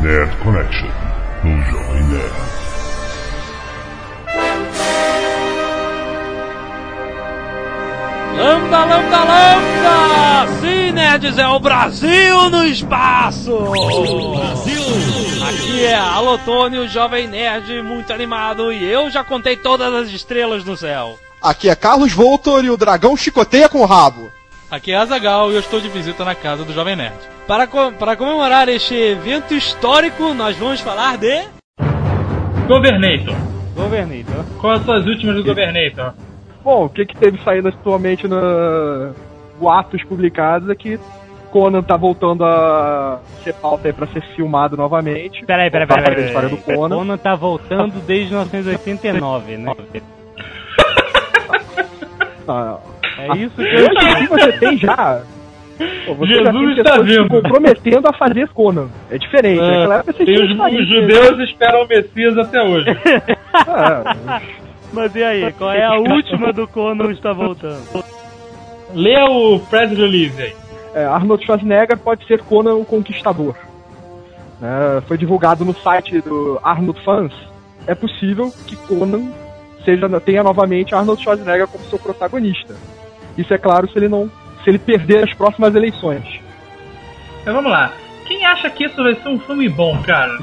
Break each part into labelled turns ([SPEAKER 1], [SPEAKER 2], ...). [SPEAKER 1] Nerd Connection, no Jovem Nerd.
[SPEAKER 2] Lambda, lambda, lambda! Sim, nerds, é o Brasil no espaço! Brasil! Aqui é Alotone, o jovem nerd muito animado, e eu já contei todas as estrelas no céu.
[SPEAKER 3] Aqui é Carlos Voltor e o dragão chicoteia com o rabo.
[SPEAKER 4] Aqui é Azagal e eu estou de visita na casa do Jovem Nerd.
[SPEAKER 2] Para, co- para comemorar este evento histórico, nós vamos falar de...
[SPEAKER 4] Governator,
[SPEAKER 5] Governator.
[SPEAKER 4] quais as suas últimas do Governator?
[SPEAKER 5] Bom, o que, que teve saindo atualmente na boatos publicados é que Conan tá voltando a ser pauta aí pra ser filmado novamente.
[SPEAKER 6] Peraí, peraí, peraí.
[SPEAKER 5] Voltar pra
[SPEAKER 6] peraí,
[SPEAKER 5] história do
[SPEAKER 6] peraí.
[SPEAKER 5] Conan.
[SPEAKER 6] Conan tá voltando desde 1989, né?
[SPEAKER 5] Ah,
[SPEAKER 6] É isso que
[SPEAKER 5] eu
[SPEAKER 6] eu.
[SPEAKER 5] acho que você tem já. Pô, você já
[SPEAKER 4] Jesus
[SPEAKER 5] tem
[SPEAKER 4] está
[SPEAKER 5] pessoas se
[SPEAKER 4] vindo.
[SPEAKER 5] comprometendo a fazer Conan. É diferente. né? Claro que vocês
[SPEAKER 4] E
[SPEAKER 5] têm
[SPEAKER 4] os,
[SPEAKER 5] isso aí,
[SPEAKER 4] os judeus esperam o Messias até hoje.
[SPEAKER 5] ah,
[SPEAKER 6] Mas e aí, qual é a última do Conan está voltando?
[SPEAKER 4] Lê o Press Release aí.
[SPEAKER 5] é, Arnold Schwarzenegger pode ser Conan o Conquistador. Né, foi divulgado no site do Arnold Fans. É possível que Conan seja, tenha novamente Arnold Schwarzenegger como seu protagonista. Isso é claro se ele não se ele perder as próximas eleições.
[SPEAKER 4] Mas Então, vamos lá. Quem acha que isso vai ser um filme bom, cara?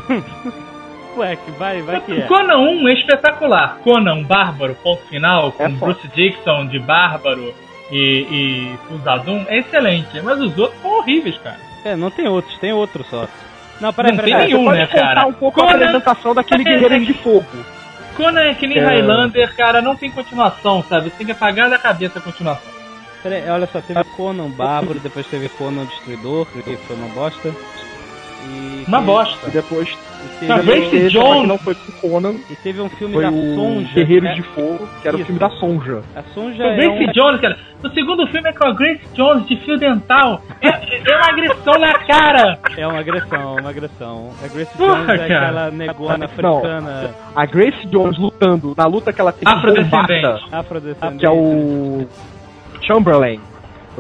[SPEAKER 6] Ué, que vai, vai que é.
[SPEAKER 4] Conan 1 é espetacular. Conan, um bárbaro, ponto final, com
[SPEAKER 5] É foda.
[SPEAKER 4] Bruce Dixon de bárbaro e, e Suzadum, é excelente. Mas os outros são horríveis, cara.
[SPEAKER 6] É, não tem outros, tem outro só. Não, peraí,
[SPEAKER 4] Não
[SPEAKER 6] peraí. peraí.
[SPEAKER 4] tem nenhum,
[SPEAKER 5] pode
[SPEAKER 4] né,
[SPEAKER 5] contar
[SPEAKER 4] cara?
[SPEAKER 5] um pouco a
[SPEAKER 4] Conan-
[SPEAKER 5] apresentação daquele guerreiro de fogo.
[SPEAKER 4] Conan é que nem
[SPEAKER 5] É.
[SPEAKER 4] Highlander, cara, não tem continuação, sabe? Você tem que apagar da cabeça a continuação.
[SPEAKER 6] Peraí, olha só, teve Conan Bárbaro, depois teve Conan Destruidor, que foi uma bosta. E
[SPEAKER 4] Uma
[SPEAKER 6] teve-
[SPEAKER 5] E
[SPEAKER 4] bosta.
[SPEAKER 5] depois
[SPEAKER 6] E teve, um-
[SPEAKER 4] Tá
[SPEAKER 5] depois
[SPEAKER 4] Grace
[SPEAKER 5] teve, mas
[SPEAKER 4] Jones.
[SPEAKER 5] não foi pro Conan,
[SPEAKER 6] e teve um filme
[SPEAKER 5] foi
[SPEAKER 6] da
[SPEAKER 5] o
[SPEAKER 6] Sonja.
[SPEAKER 5] Guerreiro
[SPEAKER 6] né?
[SPEAKER 5] de Fogo, que era o
[SPEAKER 6] Isso.
[SPEAKER 5] filme da Sonja.
[SPEAKER 6] A Sonja
[SPEAKER 4] Com
[SPEAKER 6] é
[SPEAKER 4] Grace
[SPEAKER 6] um...
[SPEAKER 4] Jones, cara. O segundo filme é com a Grace Jones de fio dental. É, é uma agressão na cara.
[SPEAKER 6] É uma agressão, uma agressão. A Grace
[SPEAKER 4] Porra,
[SPEAKER 6] Jones é
[SPEAKER 4] cara.
[SPEAKER 6] aquela negona
[SPEAKER 5] Ah, Não.
[SPEAKER 6] africana,
[SPEAKER 5] A Grace Jones lutando na luta que ela tem com o
[SPEAKER 4] Afrodescendente.
[SPEAKER 5] Bombata,
[SPEAKER 6] afrodescendente.
[SPEAKER 5] que é o Chamberlain.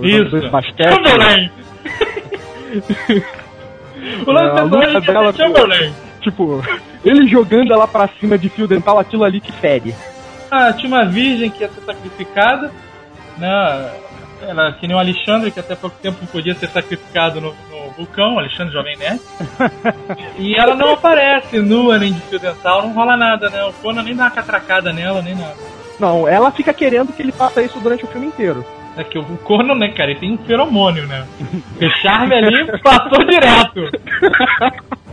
[SPEAKER 4] Isso.
[SPEAKER 5] Do
[SPEAKER 6] É.
[SPEAKER 5] basquete.
[SPEAKER 4] Chamberlain. o
[SPEAKER 5] É,
[SPEAKER 4] lance
[SPEAKER 5] a
[SPEAKER 4] da
[SPEAKER 5] luta
[SPEAKER 4] Solange
[SPEAKER 5] dela
[SPEAKER 4] é
[SPEAKER 5] com-
[SPEAKER 4] Chamberlain.
[SPEAKER 5] Tipo, ele jogando ela pra cima de fio dental, aquilo ali que fere.
[SPEAKER 4] Ah, tinha uma virgem que ia ser sacrificada, né? Ela, que nem o Alexandre, que até pouco tempo podia ser sacrificado no, no vulcão, Alexandre Jovem Nerd. e ela não aparece nua nem de fio dental, não rola nada, né? O Conan nem dá uma catracada nela, nem nada.
[SPEAKER 5] Não, ela fica querendo que ele faça isso durante o filme inteiro.
[SPEAKER 4] É que o Conan, né, cara, ele tem um feromônio, né? O charme ali passou direto.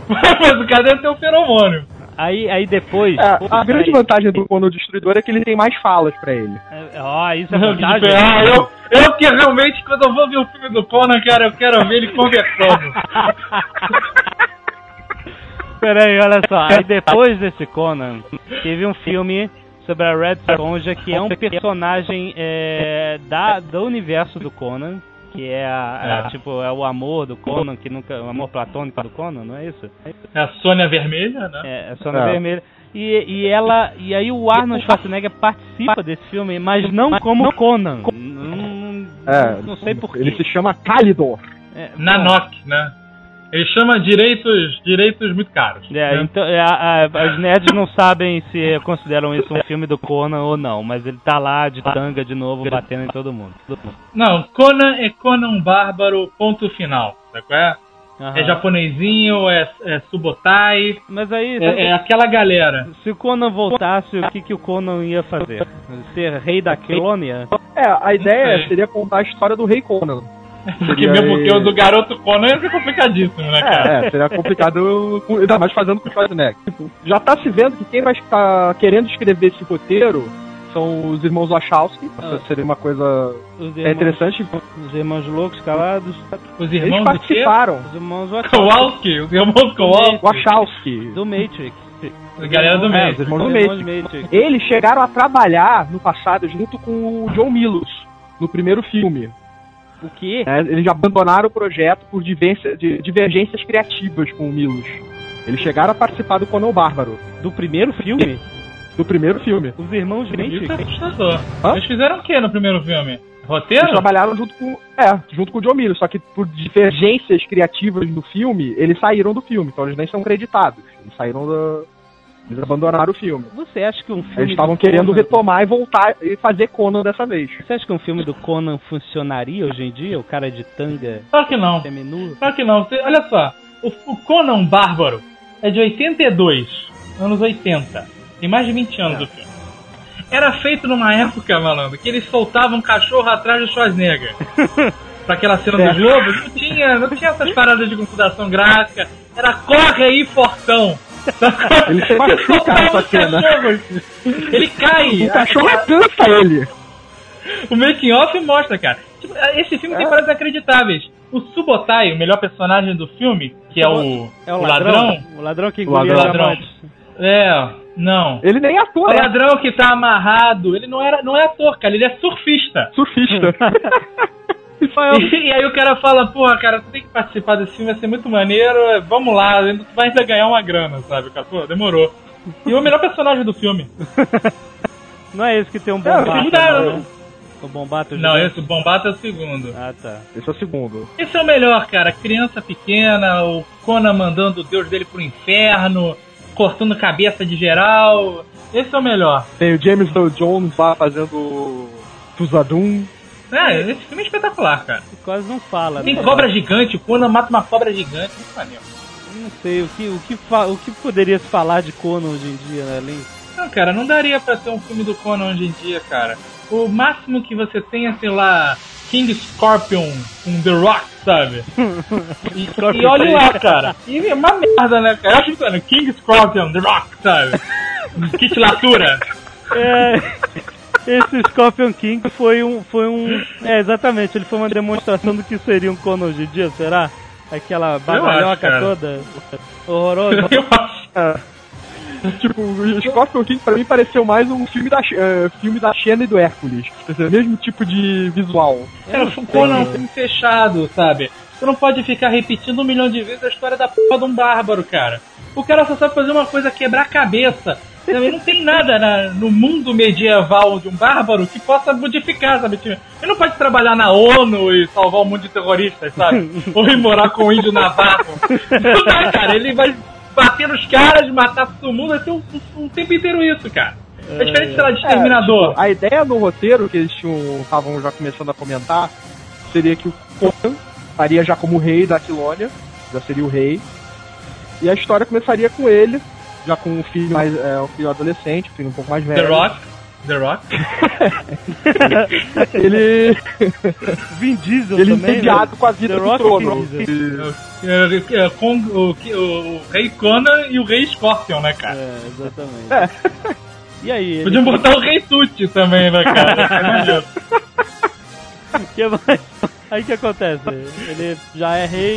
[SPEAKER 4] Mas o cara deve ter um feromônio.
[SPEAKER 6] Aí, aí depois...
[SPEAKER 5] É, a
[SPEAKER 6] Aí-
[SPEAKER 5] grande vantagem do Conan Destruidor é que ele tem mais falas pra ele.
[SPEAKER 6] É, Ó, isso é vantagem.
[SPEAKER 4] Ah, eu, eu que realmente, quando eu vou ver o filme do Conan, cara, eu quero ver ele conversando.
[SPEAKER 6] Peraí, olha só. Aí depois desse Conan, teve um filme sobre a Red Sonja, que é um personagem é, da, do universo do Conan, que é, a, a-
[SPEAKER 4] Ah.
[SPEAKER 6] tipo, é o amor do Conan, que nunca, o amor platônico do Conan, não é isso?
[SPEAKER 4] É a Sônia Vermelha, né?
[SPEAKER 6] É, é só no
[SPEAKER 5] É.
[SPEAKER 6] vermelho. E, e ela e aí o Arnold Schwarzenegger participa desse filme, mas não como Conan. Não,
[SPEAKER 5] É,
[SPEAKER 6] não sei É, porquê.
[SPEAKER 5] Ele se chama Calidor. É.
[SPEAKER 4] Na NOC, né? Ele chama direitos, direitos muito caros.
[SPEAKER 6] É,
[SPEAKER 4] né?
[SPEAKER 6] então, é, a- a- os nerds não sabem se consideram isso um filme do Conan ou não, mas ele tá lá de tanga de novo, batendo em todo mundo.
[SPEAKER 4] Não, Conan é Conan um bárbaro, ponto final. Sabe qual é?
[SPEAKER 6] Aham.
[SPEAKER 4] É japonesinho, é, é subotai,
[SPEAKER 6] Mas aí,
[SPEAKER 5] Então-
[SPEAKER 4] é, é aquela galera.
[SPEAKER 6] se o Conan voltasse, o que, que o Conan ia fazer? Ser rei da Clônia?
[SPEAKER 5] É, a
[SPEAKER 4] Não
[SPEAKER 5] ideia
[SPEAKER 4] sei.
[SPEAKER 5] seria contar a história do Rei Conan.
[SPEAKER 4] Porque
[SPEAKER 5] Seria
[SPEAKER 4] mesmo que
[SPEAKER 5] ele-
[SPEAKER 4] o do garoto Conan ia ser complicadíssimo, né, cara?
[SPEAKER 5] É, é, seria complicado, com- ainda mais fazendo com o Schwarzenegger. Tipo, Já tá se vendo que quem vai estar querendo escrever esse roteiro são os irmãos Wachowski.
[SPEAKER 6] Ah.
[SPEAKER 5] Seria uma coisa
[SPEAKER 6] Os
[SPEAKER 5] é
[SPEAKER 6] irmãos,
[SPEAKER 5] interessante.
[SPEAKER 6] os irmãos loucos, calados,
[SPEAKER 4] Os
[SPEAKER 5] Eles
[SPEAKER 4] irmãos do quê?
[SPEAKER 5] participaram.
[SPEAKER 6] os irmãos Wachowski,
[SPEAKER 4] Kowalski, os irmãos Kowalski.
[SPEAKER 5] Wachowski.
[SPEAKER 6] do Matrix.
[SPEAKER 4] A galera do
[SPEAKER 5] É,
[SPEAKER 4] meio.
[SPEAKER 5] os Então, irmãos do
[SPEAKER 6] Os
[SPEAKER 5] Matrix.
[SPEAKER 6] irmãos Matrix.
[SPEAKER 5] Eles chegaram a trabalhar no passado junto com o John Milos, no primeiro filme.
[SPEAKER 6] O quê?
[SPEAKER 5] né? Eles abandonaram o projeto por divergência- de- divergências criativas com o Milos. Eles chegaram a participar do Conan o Bárbaro.
[SPEAKER 6] Do primeiro filme?
[SPEAKER 5] do primeiro filme.
[SPEAKER 7] Os irmãos
[SPEAKER 4] Isso
[SPEAKER 7] Menchik.
[SPEAKER 4] é assustador.
[SPEAKER 5] Hã?
[SPEAKER 4] Eles fizeram o que no primeiro filme? Roteiro?
[SPEAKER 5] Eles trabalharam junto com. É, junto com o John Miller, só que por divergências criativas do filme, eles saíram do filme, então eles nem são creditados. Eles saíram da. Eles abandonaram o filme.
[SPEAKER 7] Você acha que um filme.
[SPEAKER 5] Eles
[SPEAKER 7] do
[SPEAKER 5] estavam querendo
[SPEAKER 7] Conan-
[SPEAKER 5] retomar e voltar e fazer Conan dessa vez.
[SPEAKER 7] Você acha que um filme do Conan funcionaria hoje em dia? O cara de tanga
[SPEAKER 4] Claro que não.
[SPEAKER 7] seminu?
[SPEAKER 4] Claro que não. Você- Olha só, o, o Conan Bárbaro é de 82, anos 80. Tem mais de 20 anos o filme. Era feito numa época, malandro, que eles soltavam um cachorro atrás do Schwarzenegger. pra aquela cena do Globo, não tinha, não tinha essas paradas de computação gráfica. Era corre aí, fortão.
[SPEAKER 5] Ele se machuca
[SPEAKER 4] Soltavam
[SPEAKER 5] nessa
[SPEAKER 4] os
[SPEAKER 5] cena.
[SPEAKER 4] cachorros. Ele tá cai.
[SPEAKER 5] O cachorro alcança ele.
[SPEAKER 4] O making off mostra, cara. Tipo, esse filme
[SPEAKER 7] É.
[SPEAKER 4] tem paradas inacreditáveis. O Subotai, o melhor personagem do filme, que é o,
[SPEAKER 7] É o
[SPEAKER 4] o
[SPEAKER 7] ladrão? O ladrão que engolia
[SPEAKER 4] ladrão.
[SPEAKER 7] diamantes.
[SPEAKER 4] É, não.
[SPEAKER 5] Ele nem atua,
[SPEAKER 4] O
[SPEAKER 5] né?
[SPEAKER 4] ladrão que tá amarrado, ele não, era, não é ator, cara, ele é surfista.
[SPEAKER 5] Surfista.
[SPEAKER 4] E, aí o cara fala, porra, cara, tu tem que participar desse filme, vai ser muito maneiro, é, vamos lá, tu vai ainda ganhar uma grana, sabe, cara? Pô, demorou. E o melhor personagem do filme.
[SPEAKER 7] Não é esse que tem um
[SPEAKER 5] Não,
[SPEAKER 7] bombato.
[SPEAKER 4] mudaram.
[SPEAKER 7] não, né? O bombato
[SPEAKER 4] Não,
[SPEAKER 7] gigante.
[SPEAKER 4] esse, o Bombata é o segundo.
[SPEAKER 7] Ah, tá.
[SPEAKER 5] Esse é o segundo.
[SPEAKER 4] Esse é o melhor, cara. Criança pequena, o Conan mandando o deus dele pro inferno, cortando cabeça de geral. Esse é o melhor.
[SPEAKER 5] Tem o James Earl Jones lá fazendo o Tuzadum.
[SPEAKER 4] É, esse filme é espetacular, cara.
[SPEAKER 7] Ele quase não fala.
[SPEAKER 4] Tem
[SPEAKER 7] né?
[SPEAKER 4] cobra gigante, o Conan mata uma cobra gigante. Muito maneiro.
[SPEAKER 7] Não sei, o que, o, que fa- o que poderia se falar de Conan hoje em dia, né, Lin?
[SPEAKER 4] Não, cara, não daria pra ter um filme do Conan hoje em dia, cara. O máximo que você tem é, sei lá, King Scorpion com The Rock, sabe? E, e olha lá, cara. E é uma merda, né, cara? Eu acho que, mano, King Scorpion, The Rock, sabe? Kit Latura.
[SPEAKER 7] É, esse Scorpion King foi um, foi um. É, exatamente, ele foi uma demonstração do que seria um Conan hoje em dia, será? Aquela bagalhoca
[SPEAKER 4] cara.
[SPEAKER 7] toda horrorosa.
[SPEAKER 4] Eu acho.
[SPEAKER 5] Tipo, o Scorpion King pra mim pareceu mais um filme da, eh, filme da Xena e do Hércules. Esse é o mesmo tipo de visual.
[SPEAKER 4] Cara, o Conan é um filme fechado, sabe? Você não pode ficar repetindo um milhão de vezes a história da porra de um bárbaro, cara. O cara só sabe fazer uma coisa, quebrar a cabeça. Sabe? Não tem nada na- no mundo medieval de um bárbaro que possa modificar, sabe? Tipo, Ele não pode trabalhar na ONU e salvar o mundo de terroristas, sabe? Ou ir morar com o índio navarro. Não dá, cara. Ele vai bater nos caras, matar todo mundo, vai ser um, um- um tempo inteiro isso, cara. É diferente, sei lá, de Exterminador.
[SPEAKER 5] A ideia no roteiro que eles tinham- estavam já começando a comentar seria que o Conan estaria já como rei da Aquilônia, já seria o rei. E a história começaria com ele, já com um filho mais eh, um filho adolescente, um filho um pouco mais velho.
[SPEAKER 4] The Rock. The Rock.
[SPEAKER 5] Ele,
[SPEAKER 7] Vin Diesel
[SPEAKER 5] ele
[SPEAKER 7] também. né?
[SPEAKER 5] entediado
[SPEAKER 4] né?
[SPEAKER 5] com a vida
[SPEAKER 7] The
[SPEAKER 5] do
[SPEAKER 7] Rock
[SPEAKER 5] trono.
[SPEAKER 7] Vin
[SPEAKER 5] E-
[SPEAKER 4] É, é, com, o, que- o- o Rei Conan e o Rei Scorpion, né, cara?
[SPEAKER 7] É, exatamente.
[SPEAKER 5] É.
[SPEAKER 7] E aí, ele
[SPEAKER 4] Podiam botar o Rei Tut também, né, cara?
[SPEAKER 7] que mais? Aí o que acontece? Ele já é rei.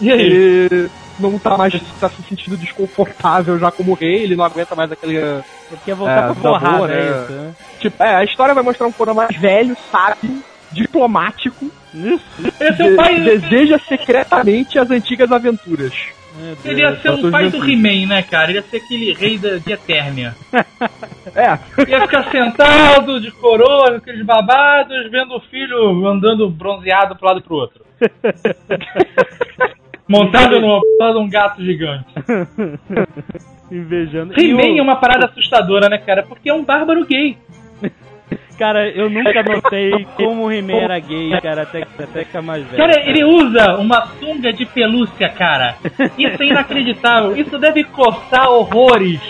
[SPEAKER 4] e aí?
[SPEAKER 5] ele não tá mais tá se sentindo desconfortável já como rei, ele não aguenta mais aquele. eh,
[SPEAKER 7] Ele quer voltar
[SPEAKER 5] É, tá
[SPEAKER 7] pra porrada,
[SPEAKER 5] boa, né?
[SPEAKER 7] é isso, né?
[SPEAKER 5] Tipo, é, a história vai mostrar um Conan mais velho, sábio, diplomático,
[SPEAKER 7] Isso.
[SPEAKER 4] Esse é o
[SPEAKER 5] de-
[SPEAKER 4] pai.
[SPEAKER 5] deseja secretamente as antigas aventuras.
[SPEAKER 7] Meu Deus.
[SPEAKER 4] Ele ia ser
[SPEAKER 5] Passou
[SPEAKER 4] o
[SPEAKER 5] de
[SPEAKER 4] pai do
[SPEAKER 5] juventude.
[SPEAKER 4] He-Man, né, cara? Ele ia ser aquele rei da, de Eternia.
[SPEAKER 5] É,
[SPEAKER 4] Ia ficar sentado, de coroa, com aqueles babados, vendo o filho andando bronzeado pro lado e pro outro. Montado numa porra de um gato gigante.
[SPEAKER 7] Invejando. E o-
[SPEAKER 4] He-Man é uma parada assustadora, né, cara? Porque é um bárbaro gay.
[SPEAKER 5] um-
[SPEAKER 7] Cara, eu nunca notei como o He-Man era gay, cara, até, até ficar mais velho.
[SPEAKER 4] Cara, ele usa uma sunga de pelúcia, cara. Isso é inacreditável. Isso deve custar horrores.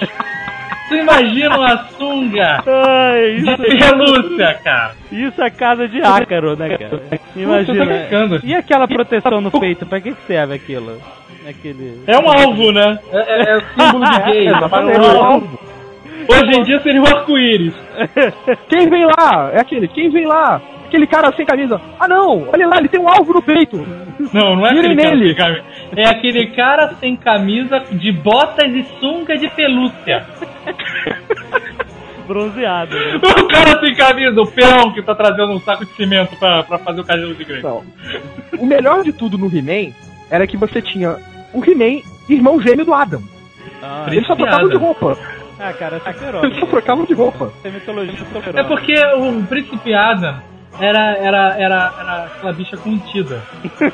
[SPEAKER 4] Tu imagina uma sunga
[SPEAKER 7] Ai,
[SPEAKER 4] de
[SPEAKER 7] isso,
[SPEAKER 4] pelúcia, cara.
[SPEAKER 7] isso é casa de ácaro, né, cara?
[SPEAKER 4] tá
[SPEAKER 7] Imagina.
[SPEAKER 4] brincando. Tá
[SPEAKER 7] E aquela proteção no peito, pra que que serve aquilo? Aquele...
[SPEAKER 4] É um alvo, né? É, é- é símbolo de gay.
[SPEAKER 5] exatamente.
[SPEAKER 4] é um alvo. Hoje em dia seria um arco-íris.
[SPEAKER 5] Quem vem lá? É aquele, quem vem lá? Aquele cara sem camisa. Ah não, olha lá, ele tem um alvo no peito.
[SPEAKER 4] Não, não é
[SPEAKER 5] Mirem
[SPEAKER 4] aquele cara
[SPEAKER 5] nele.
[SPEAKER 4] sem camisa. É aquele cara sem camisa, de botas e sunga de pelúcia.
[SPEAKER 7] Bronzeado. né?
[SPEAKER 4] O cara sem camisa, o peão que tá trazendo um saco de cimento pra, pra fazer o cabelo de igreja.
[SPEAKER 5] Não. O melhor de tudo no He-Man era que você tinha o He-Man, irmão gêmeo do Adam.
[SPEAKER 7] Ah,
[SPEAKER 5] Ele só trocava de roupa.
[SPEAKER 7] Ah, cara, é super-homem.
[SPEAKER 5] Eles só trocavam de roupa.
[SPEAKER 7] É mitologia do super-homem.
[SPEAKER 4] É porque o príncipe Adam era, era, era, era aquela bicha contida.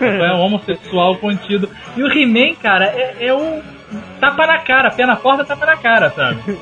[SPEAKER 4] é um homossexual contido. E o He-Man, cara, é, é um tapa na cara, pé na porta, tapa na cara, sabe?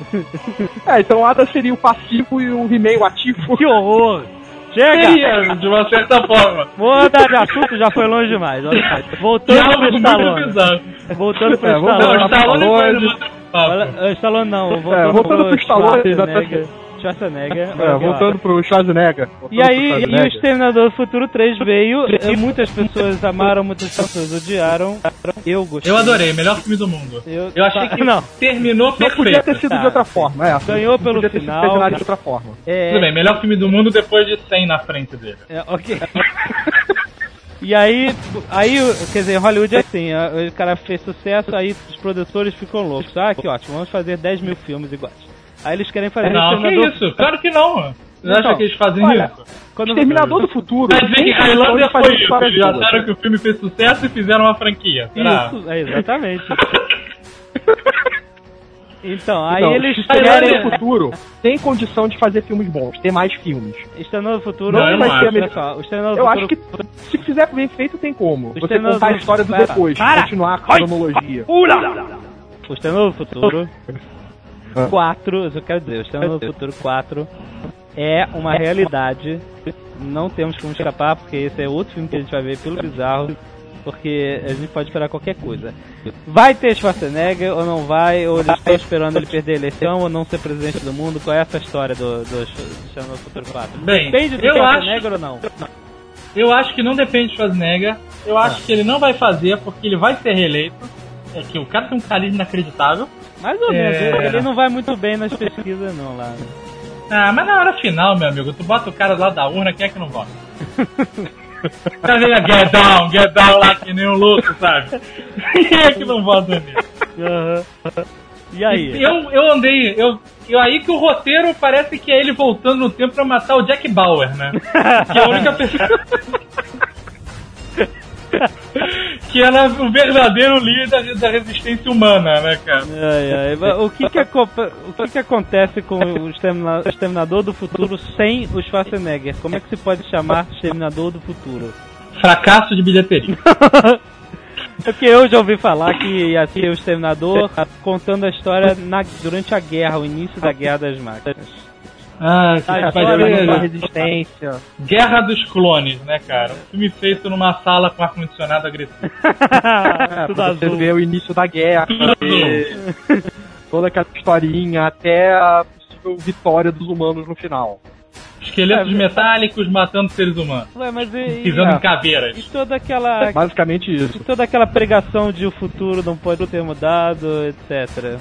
[SPEAKER 5] É, então o Adam seria o passivo e o He-Man o ativo.
[SPEAKER 7] Que horror! Chega!
[SPEAKER 4] Seria, de uma certa forma.
[SPEAKER 7] Muda de assunto, já foi longe demais. Olha só.
[SPEAKER 4] Que é
[SPEAKER 7] Voltando pro
[SPEAKER 4] algo muito
[SPEAKER 7] Stallone.
[SPEAKER 4] bizarro.
[SPEAKER 7] Voltando pro
[SPEAKER 5] É, vamos
[SPEAKER 4] Não, o
[SPEAKER 5] lá.
[SPEAKER 7] Stallone.
[SPEAKER 4] Stallone
[SPEAKER 5] Stallone.
[SPEAKER 4] foi
[SPEAKER 5] É,
[SPEAKER 4] no outro papo.
[SPEAKER 7] Olha, o Stallone não.
[SPEAKER 5] voltando pro Stallone,
[SPEAKER 7] Schwarzenegger. Schwarzenegger.
[SPEAKER 5] É,
[SPEAKER 7] olha
[SPEAKER 5] voltando pro Schwarzenegger. Voltando
[SPEAKER 7] E
[SPEAKER 5] pro
[SPEAKER 7] aí, e o
[SPEAKER 5] Schwarzenegger.
[SPEAKER 7] Exterminador do Futuro 3 veio, e muitas pessoas amaram, muitas pessoas odiaram. Eu gostei.
[SPEAKER 4] Eu adorei, melhor filme do mundo.
[SPEAKER 7] Eu-
[SPEAKER 4] Eu achei que
[SPEAKER 7] Não.
[SPEAKER 4] terminou
[SPEAKER 5] Não podia
[SPEAKER 4] perfeito.
[SPEAKER 5] ter sido
[SPEAKER 7] Tá.
[SPEAKER 5] de outra forma, é.
[SPEAKER 7] Ganhou pelo
[SPEAKER 5] podia ter sido
[SPEAKER 7] final.
[SPEAKER 5] terminado de outra forma.
[SPEAKER 7] É,
[SPEAKER 4] Tudo bem, melhor filme do mundo depois de 100 na frente dele.
[SPEAKER 7] é, ok. E aí, aí, quer dizer, Hollywood é assim, a- o cara fez sucesso, aí os produtores ficam loucos. Ah, que ótimo, vamos fazer 10 mil filmes iguais. Aí eles querem fazer
[SPEAKER 4] Não, que
[SPEAKER 7] Exterminador-
[SPEAKER 4] isso? Claro que não. Você
[SPEAKER 7] é Então,
[SPEAKER 4] acha que eles fazem
[SPEAKER 5] olha,
[SPEAKER 4] isso?
[SPEAKER 7] Quando-
[SPEAKER 5] Exterminador do Futuro.
[SPEAKER 4] Mas vê que
[SPEAKER 5] nem
[SPEAKER 4] Highlander
[SPEAKER 5] faz
[SPEAKER 4] foi isso.
[SPEAKER 5] história
[SPEAKER 4] Eles
[SPEAKER 5] de
[SPEAKER 4] acharam que o filme fez sucesso e fizeram uma franquia. Será?
[SPEAKER 7] Isso, é, exatamente. então, aí
[SPEAKER 5] Então,
[SPEAKER 7] eles
[SPEAKER 5] Exterminador
[SPEAKER 7] querem...
[SPEAKER 5] do Futuro tem condição de fazer filmes bons, ter mais filmes.
[SPEAKER 7] Exterminador do Futuro...
[SPEAKER 4] Não, eu não
[SPEAKER 7] olha
[SPEAKER 5] acho.
[SPEAKER 7] só, o Exterminador do
[SPEAKER 5] Eu acho
[SPEAKER 7] Futuro
[SPEAKER 5] que se fizer bem feito tem como. Você
[SPEAKER 7] Exterminador
[SPEAKER 5] contar a
[SPEAKER 7] do-
[SPEAKER 5] história do
[SPEAKER 7] Para,
[SPEAKER 5] depois,
[SPEAKER 7] para.
[SPEAKER 5] continuar a cronologia.
[SPEAKER 7] O Exterminador do é Futuro
[SPEAKER 5] Ah.
[SPEAKER 7] 4, eu só quero dizer, o Exterminador do Futuro 4 é uma realidade. Não temos como escapar, porque esse é outro filme que a gente vai ver pelo bizarro. Porque a gente pode esperar qualquer coisa. Vai ter Schwarzenegger ou não vai? Ou eles estão esperando ele perder a eleição ou não ser presidente do mundo? Qual é essa história do, do Exterminador do Futuro 4?
[SPEAKER 4] Bem,
[SPEAKER 7] Depende do é
[SPEAKER 4] eu
[SPEAKER 7] Schwarzenegger ou não?
[SPEAKER 4] Eu acho que não depende de Schwarzenegger. Eu acho que ele não vai fazer porque ele vai ser reeleito. É que o cara tem um carisma inacreditável.
[SPEAKER 7] Mais ou menos,
[SPEAKER 4] É.
[SPEAKER 7] ele- ele não vai muito bem nas pesquisas não lá.
[SPEAKER 4] Ah, mas na hora final, meu amigo, tu bota o cara lá da urna, quem é que não vota? O cara vem lá, get down, get down lá que nem um louco, sabe? Quem é que não vota nele?
[SPEAKER 7] Aham. E aí?
[SPEAKER 4] Eu, eu andei, eu, eu aí que o roteiro parece que é ele voltando no tempo pra matar o Jack Bauer, né? Que é a única pessoa. que era o verdadeiro líder da resistência humana, né, cara?
[SPEAKER 7] Ai, ai, mas O, que que aco- o que que acontece com o Extermina- Exterminador do Futuro sem o Schwarzenegger? Como é que se pode chamar Exterminador do Futuro?
[SPEAKER 4] Fracasso de bilheteria.
[SPEAKER 7] Porque É eu já ouvi falar que ia ser o Exterminador contando a história na- durante a guerra, o início da Guerra das Máquinas.
[SPEAKER 4] Ah, que
[SPEAKER 7] A história da
[SPEAKER 4] rapaz,
[SPEAKER 7] resistência.
[SPEAKER 4] Guerra dos clones, né, cara? Um filme feito numa sala com ar-condicionado agressivo.
[SPEAKER 5] É,
[SPEAKER 7] Ah, Tudo
[SPEAKER 5] pra você
[SPEAKER 7] azul.
[SPEAKER 5] ver o início da guerra, ver toda aquela historinha até a possível vitória dos humanos no final.
[SPEAKER 4] Esqueletos metálicos matando seres humanos.
[SPEAKER 7] Ué, mas e, e,
[SPEAKER 4] Pisando
[SPEAKER 5] É.
[SPEAKER 4] em caveiras.
[SPEAKER 7] e toda aquela...
[SPEAKER 5] Basicamente
[SPEAKER 7] E
[SPEAKER 5] isso.
[SPEAKER 7] toda aquela pregação de o futuro não pode ter mudado, etc.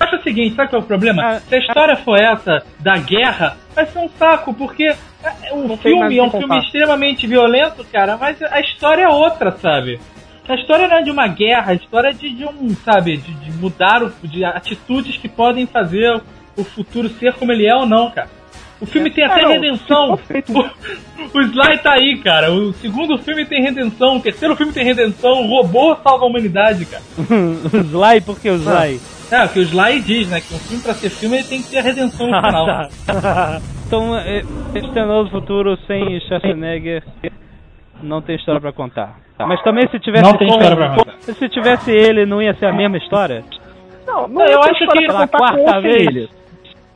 [SPEAKER 4] Acho o seguinte, sabe qual é o problema?
[SPEAKER 7] Ah.
[SPEAKER 4] Se a história for essa da guerra, vai ser um saco, porque é, o
[SPEAKER 5] tem mais
[SPEAKER 4] filme
[SPEAKER 5] o
[SPEAKER 4] é
[SPEAKER 5] que
[SPEAKER 4] um filme
[SPEAKER 5] contar.
[SPEAKER 4] extremamente violento, cara, mas a história é outra, sabe? A história não é de uma guerra, a história é de, de um, sabe, de, de mudar, o, de atitudes que podem fazer o futuro ser como ele é ou não, cara. O filme tem até
[SPEAKER 5] Ah, não,
[SPEAKER 4] redenção.
[SPEAKER 5] se for feito-
[SPEAKER 4] O, o Sly tá aí, cara. O segundo filme tem redenção, o terceiro filme tem redenção, o robô salva a humanidade, cara.
[SPEAKER 7] o Sly, por que o Sly?
[SPEAKER 4] É, o que o Sly diz, né? Que um filme pra ser filme ele tem que ter a redenção no final.
[SPEAKER 7] Ah, tá. então, é, Exterminador do Futuro sem Schwarzenegger não tem história pra contar. Mas também se tivesse
[SPEAKER 4] Tá. Não tem
[SPEAKER 7] com-
[SPEAKER 4] história pra contar.
[SPEAKER 7] Se tivesse ele, não ia ser a mesma história?
[SPEAKER 5] Não, é
[SPEAKER 4] Não, eu acho que
[SPEAKER 7] pela quarta vez.
[SPEAKER 5] ele.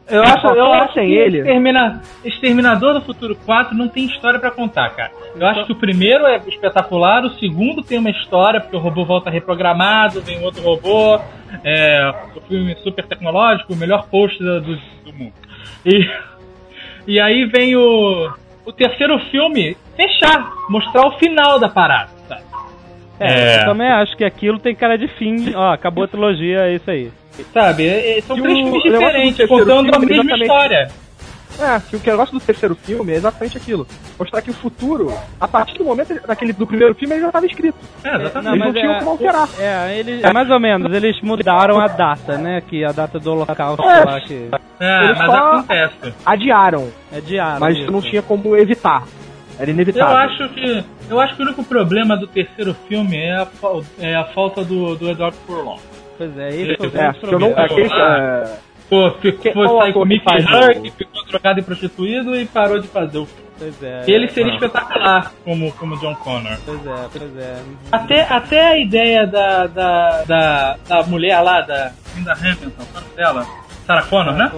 [SPEAKER 4] Eu acho, eu
[SPEAKER 5] Só
[SPEAKER 4] acho que
[SPEAKER 5] sem ele.
[SPEAKER 4] Extermina- Exterminador do Futuro 4 não tem história pra contar, cara. Eu acho que o primeiro é espetacular, o segundo tem uma história, porque o robô volta reprogramado, vem um outro robô, é, o filme super tecnológico, o melhor post do, do- do mundo. E, e aí vem o, o terceiro filme fechar, mostrar o final da parada, sabe?
[SPEAKER 7] É,
[SPEAKER 4] É.
[SPEAKER 7] Eu também acho que aquilo tem cara de fim. Ó, acabou a trilogia, é isso aí.
[SPEAKER 4] Sabe? é- é- São
[SPEAKER 5] E
[SPEAKER 4] três
[SPEAKER 5] o
[SPEAKER 4] filmes
[SPEAKER 5] negócio do
[SPEAKER 4] diferentes,
[SPEAKER 5] terceiro
[SPEAKER 4] contando a
[SPEAKER 5] filme,
[SPEAKER 4] mesma
[SPEAKER 5] exatamente.
[SPEAKER 4] história.
[SPEAKER 5] É, que o negócio do terceiro filme é exatamente aquilo. Mostrar que o futuro, a partir do momento daquele, do primeiro filme, ele já estava escrito.
[SPEAKER 4] É, exatamente.
[SPEAKER 5] Eles não tinham como alterar.
[SPEAKER 7] É, eles, é, mais ou menos, eles mudaram a data, né? Que a data do holocausto
[SPEAKER 5] É.
[SPEAKER 7] lá que
[SPEAKER 4] É,
[SPEAKER 5] Ele
[SPEAKER 4] mas
[SPEAKER 5] só-
[SPEAKER 4] acontece.
[SPEAKER 5] Adiaram,
[SPEAKER 7] é diário.
[SPEAKER 5] mas não tinha como evitar. Era
[SPEAKER 4] Eu
[SPEAKER 5] inevitável.
[SPEAKER 4] acho que. Eu acho que o único problema do terceiro filme é a, fal- é a falta do, do Edward Furlong.
[SPEAKER 7] Pois é, isso foi o
[SPEAKER 4] É,
[SPEAKER 7] grande
[SPEAKER 5] que eu não,
[SPEAKER 7] problema.
[SPEAKER 5] aquele, é,
[SPEAKER 8] Pô, ficou,
[SPEAKER 5] Qual
[SPEAKER 8] foi sair
[SPEAKER 5] ator
[SPEAKER 8] com o Mickey
[SPEAKER 5] que faz
[SPEAKER 8] Hurk, ficou trocado e prostituído e parou de fazer o filme.
[SPEAKER 7] Pois é.
[SPEAKER 8] Ele seria espetacular como, como John Connor.
[SPEAKER 7] Pois é, pois é.
[SPEAKER 8] Até, até a ideia da, da, da, da mulher lá, da Linda Hamilton, qual é o nome dela? Sarah Connor, né?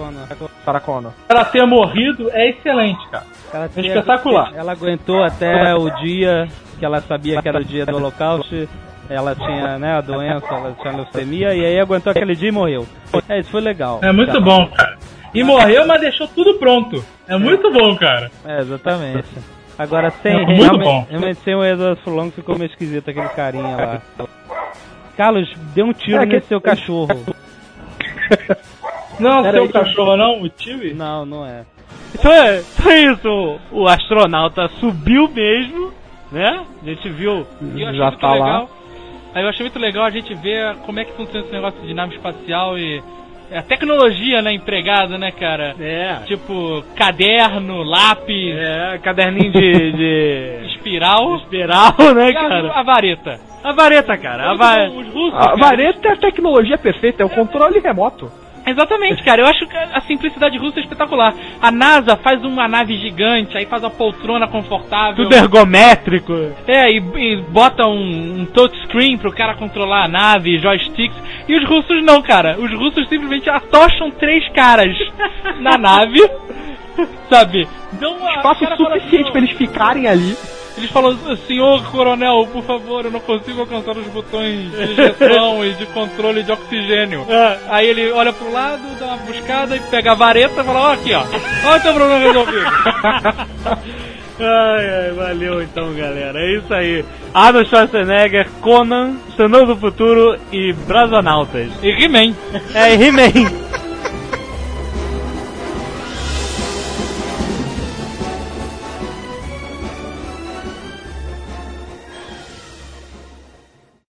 [SPEAKER 5] Sarah Connor.
[SPEAKER 8] Ela ter morrido é excelente, cara.
[SPEAKER 7] Ela
[SPEAKER 8] Foi espetacular.
[SPEAKER 7] Ela aguentou até o dia que ela sabia que era o dia do holocausto. Ela tinha, né, a doença, ela tinha leucemia, e aí aguentou aquele dia e morreu. É, isso foi legal.
[SPEAKER 8] É muito
[SPEAKER 7] Tá.
[SPEAKER 8] bom, cara. E morreu, mas deixou tudo pronto. É muito bom, cara.
[SPEAKER 7] É, exatamente. Agora sem
[SPEAKER 8] Muito
[SPEAKER 7] realmente,
[SPEAKER 8] bom.
[SPEAKER 7] realmente sem o Eduardo Fulano ficou meio esquisito aquele carinha lá. Carlos, deu um tiro
[SPEAKER 5] É, que-
[SPEAKER 7] nesse seu cachorro.
[SPEAKER 8] Não,
[SPEAKER 5] Pera
[SPEAKER 8] seu
[SPEAKER 5] aí.
[SPEAKER 8] cachorro não, o Tiwi?
[SPEAKER 7] Não, não é. Então é, então é isso. O astronauta subiu mesmo, né? A gente viu.
[SPEAKER 4] E eu achei
[SPEAKER 5] Já
[SPEAKER 4] muito
[SPEAKER 5] tá lá.
[SPEAKER 4] legal. Aí eu achei muito legal a gente ver como é que funciona esse negócio de nave espacial e é a tecnologia, né, empregada, né, cara?
[SPEAKER 7] É.
[SPEAKER 4] Tipo, caderno, lápis,
[SPEAKER 7] É, caderninho de. de...
[SPEAKER 4] espiral
[SPEAKER 7] Espiral, né,
[SPEAKER 4] e a,
[SPEAKER 7] cara?
[SPEAKER 4] a vareta.
[SPEAKER 7] A vareta, cara. A va...
[SPEAKER 4] Os russos,
[SPEAKER 5] A
[SPEAKER 4] cara,
[SPEAKER 5] vareta é a tecnologia perfeita, é o controle remoto.
[SPEAKER 4] Exatamente, cara. Eu acho que a simplicidade russa é espetacular. A NASA faz uma nave gigante, aí faz uma poltrona confortável.
[SPEAKER 7] Tudo ergométrico.
[SPEAKER 4] É, e, e bota um, um touchscreen pro cara controlar a nave, joysticks. E os russos não, cara. Os russos simplesmente atocham três caras na nave. Sabe? Dão a-
[SPEAKER 5] Espaço
[SPEAKER 4] o cara fala
[SPEAKER 5] suficiente
[SPEAKER 4] assim,
[SPEAKER 5] pra eles ficarem ali.
[SPEAKER 4] Eles falam, senhor coronel, por favor, eu não consigo alcançar os botões de injeção e de controle de oxigênio. Aí ele olha pro lado, dá uma buscada e pega a vareta e fala, ó aqui, ó. Olha o teu problema resolvido.
[SPEAKER 7] Ai, ai, valeu então, galera. É isso aí. Arnold Schwarzenegger, Conan, Senhor do Futuro e Brasonautas.
[SPEAKER 4] E He-Man.
[SPEAKER 7] É, e He-Man.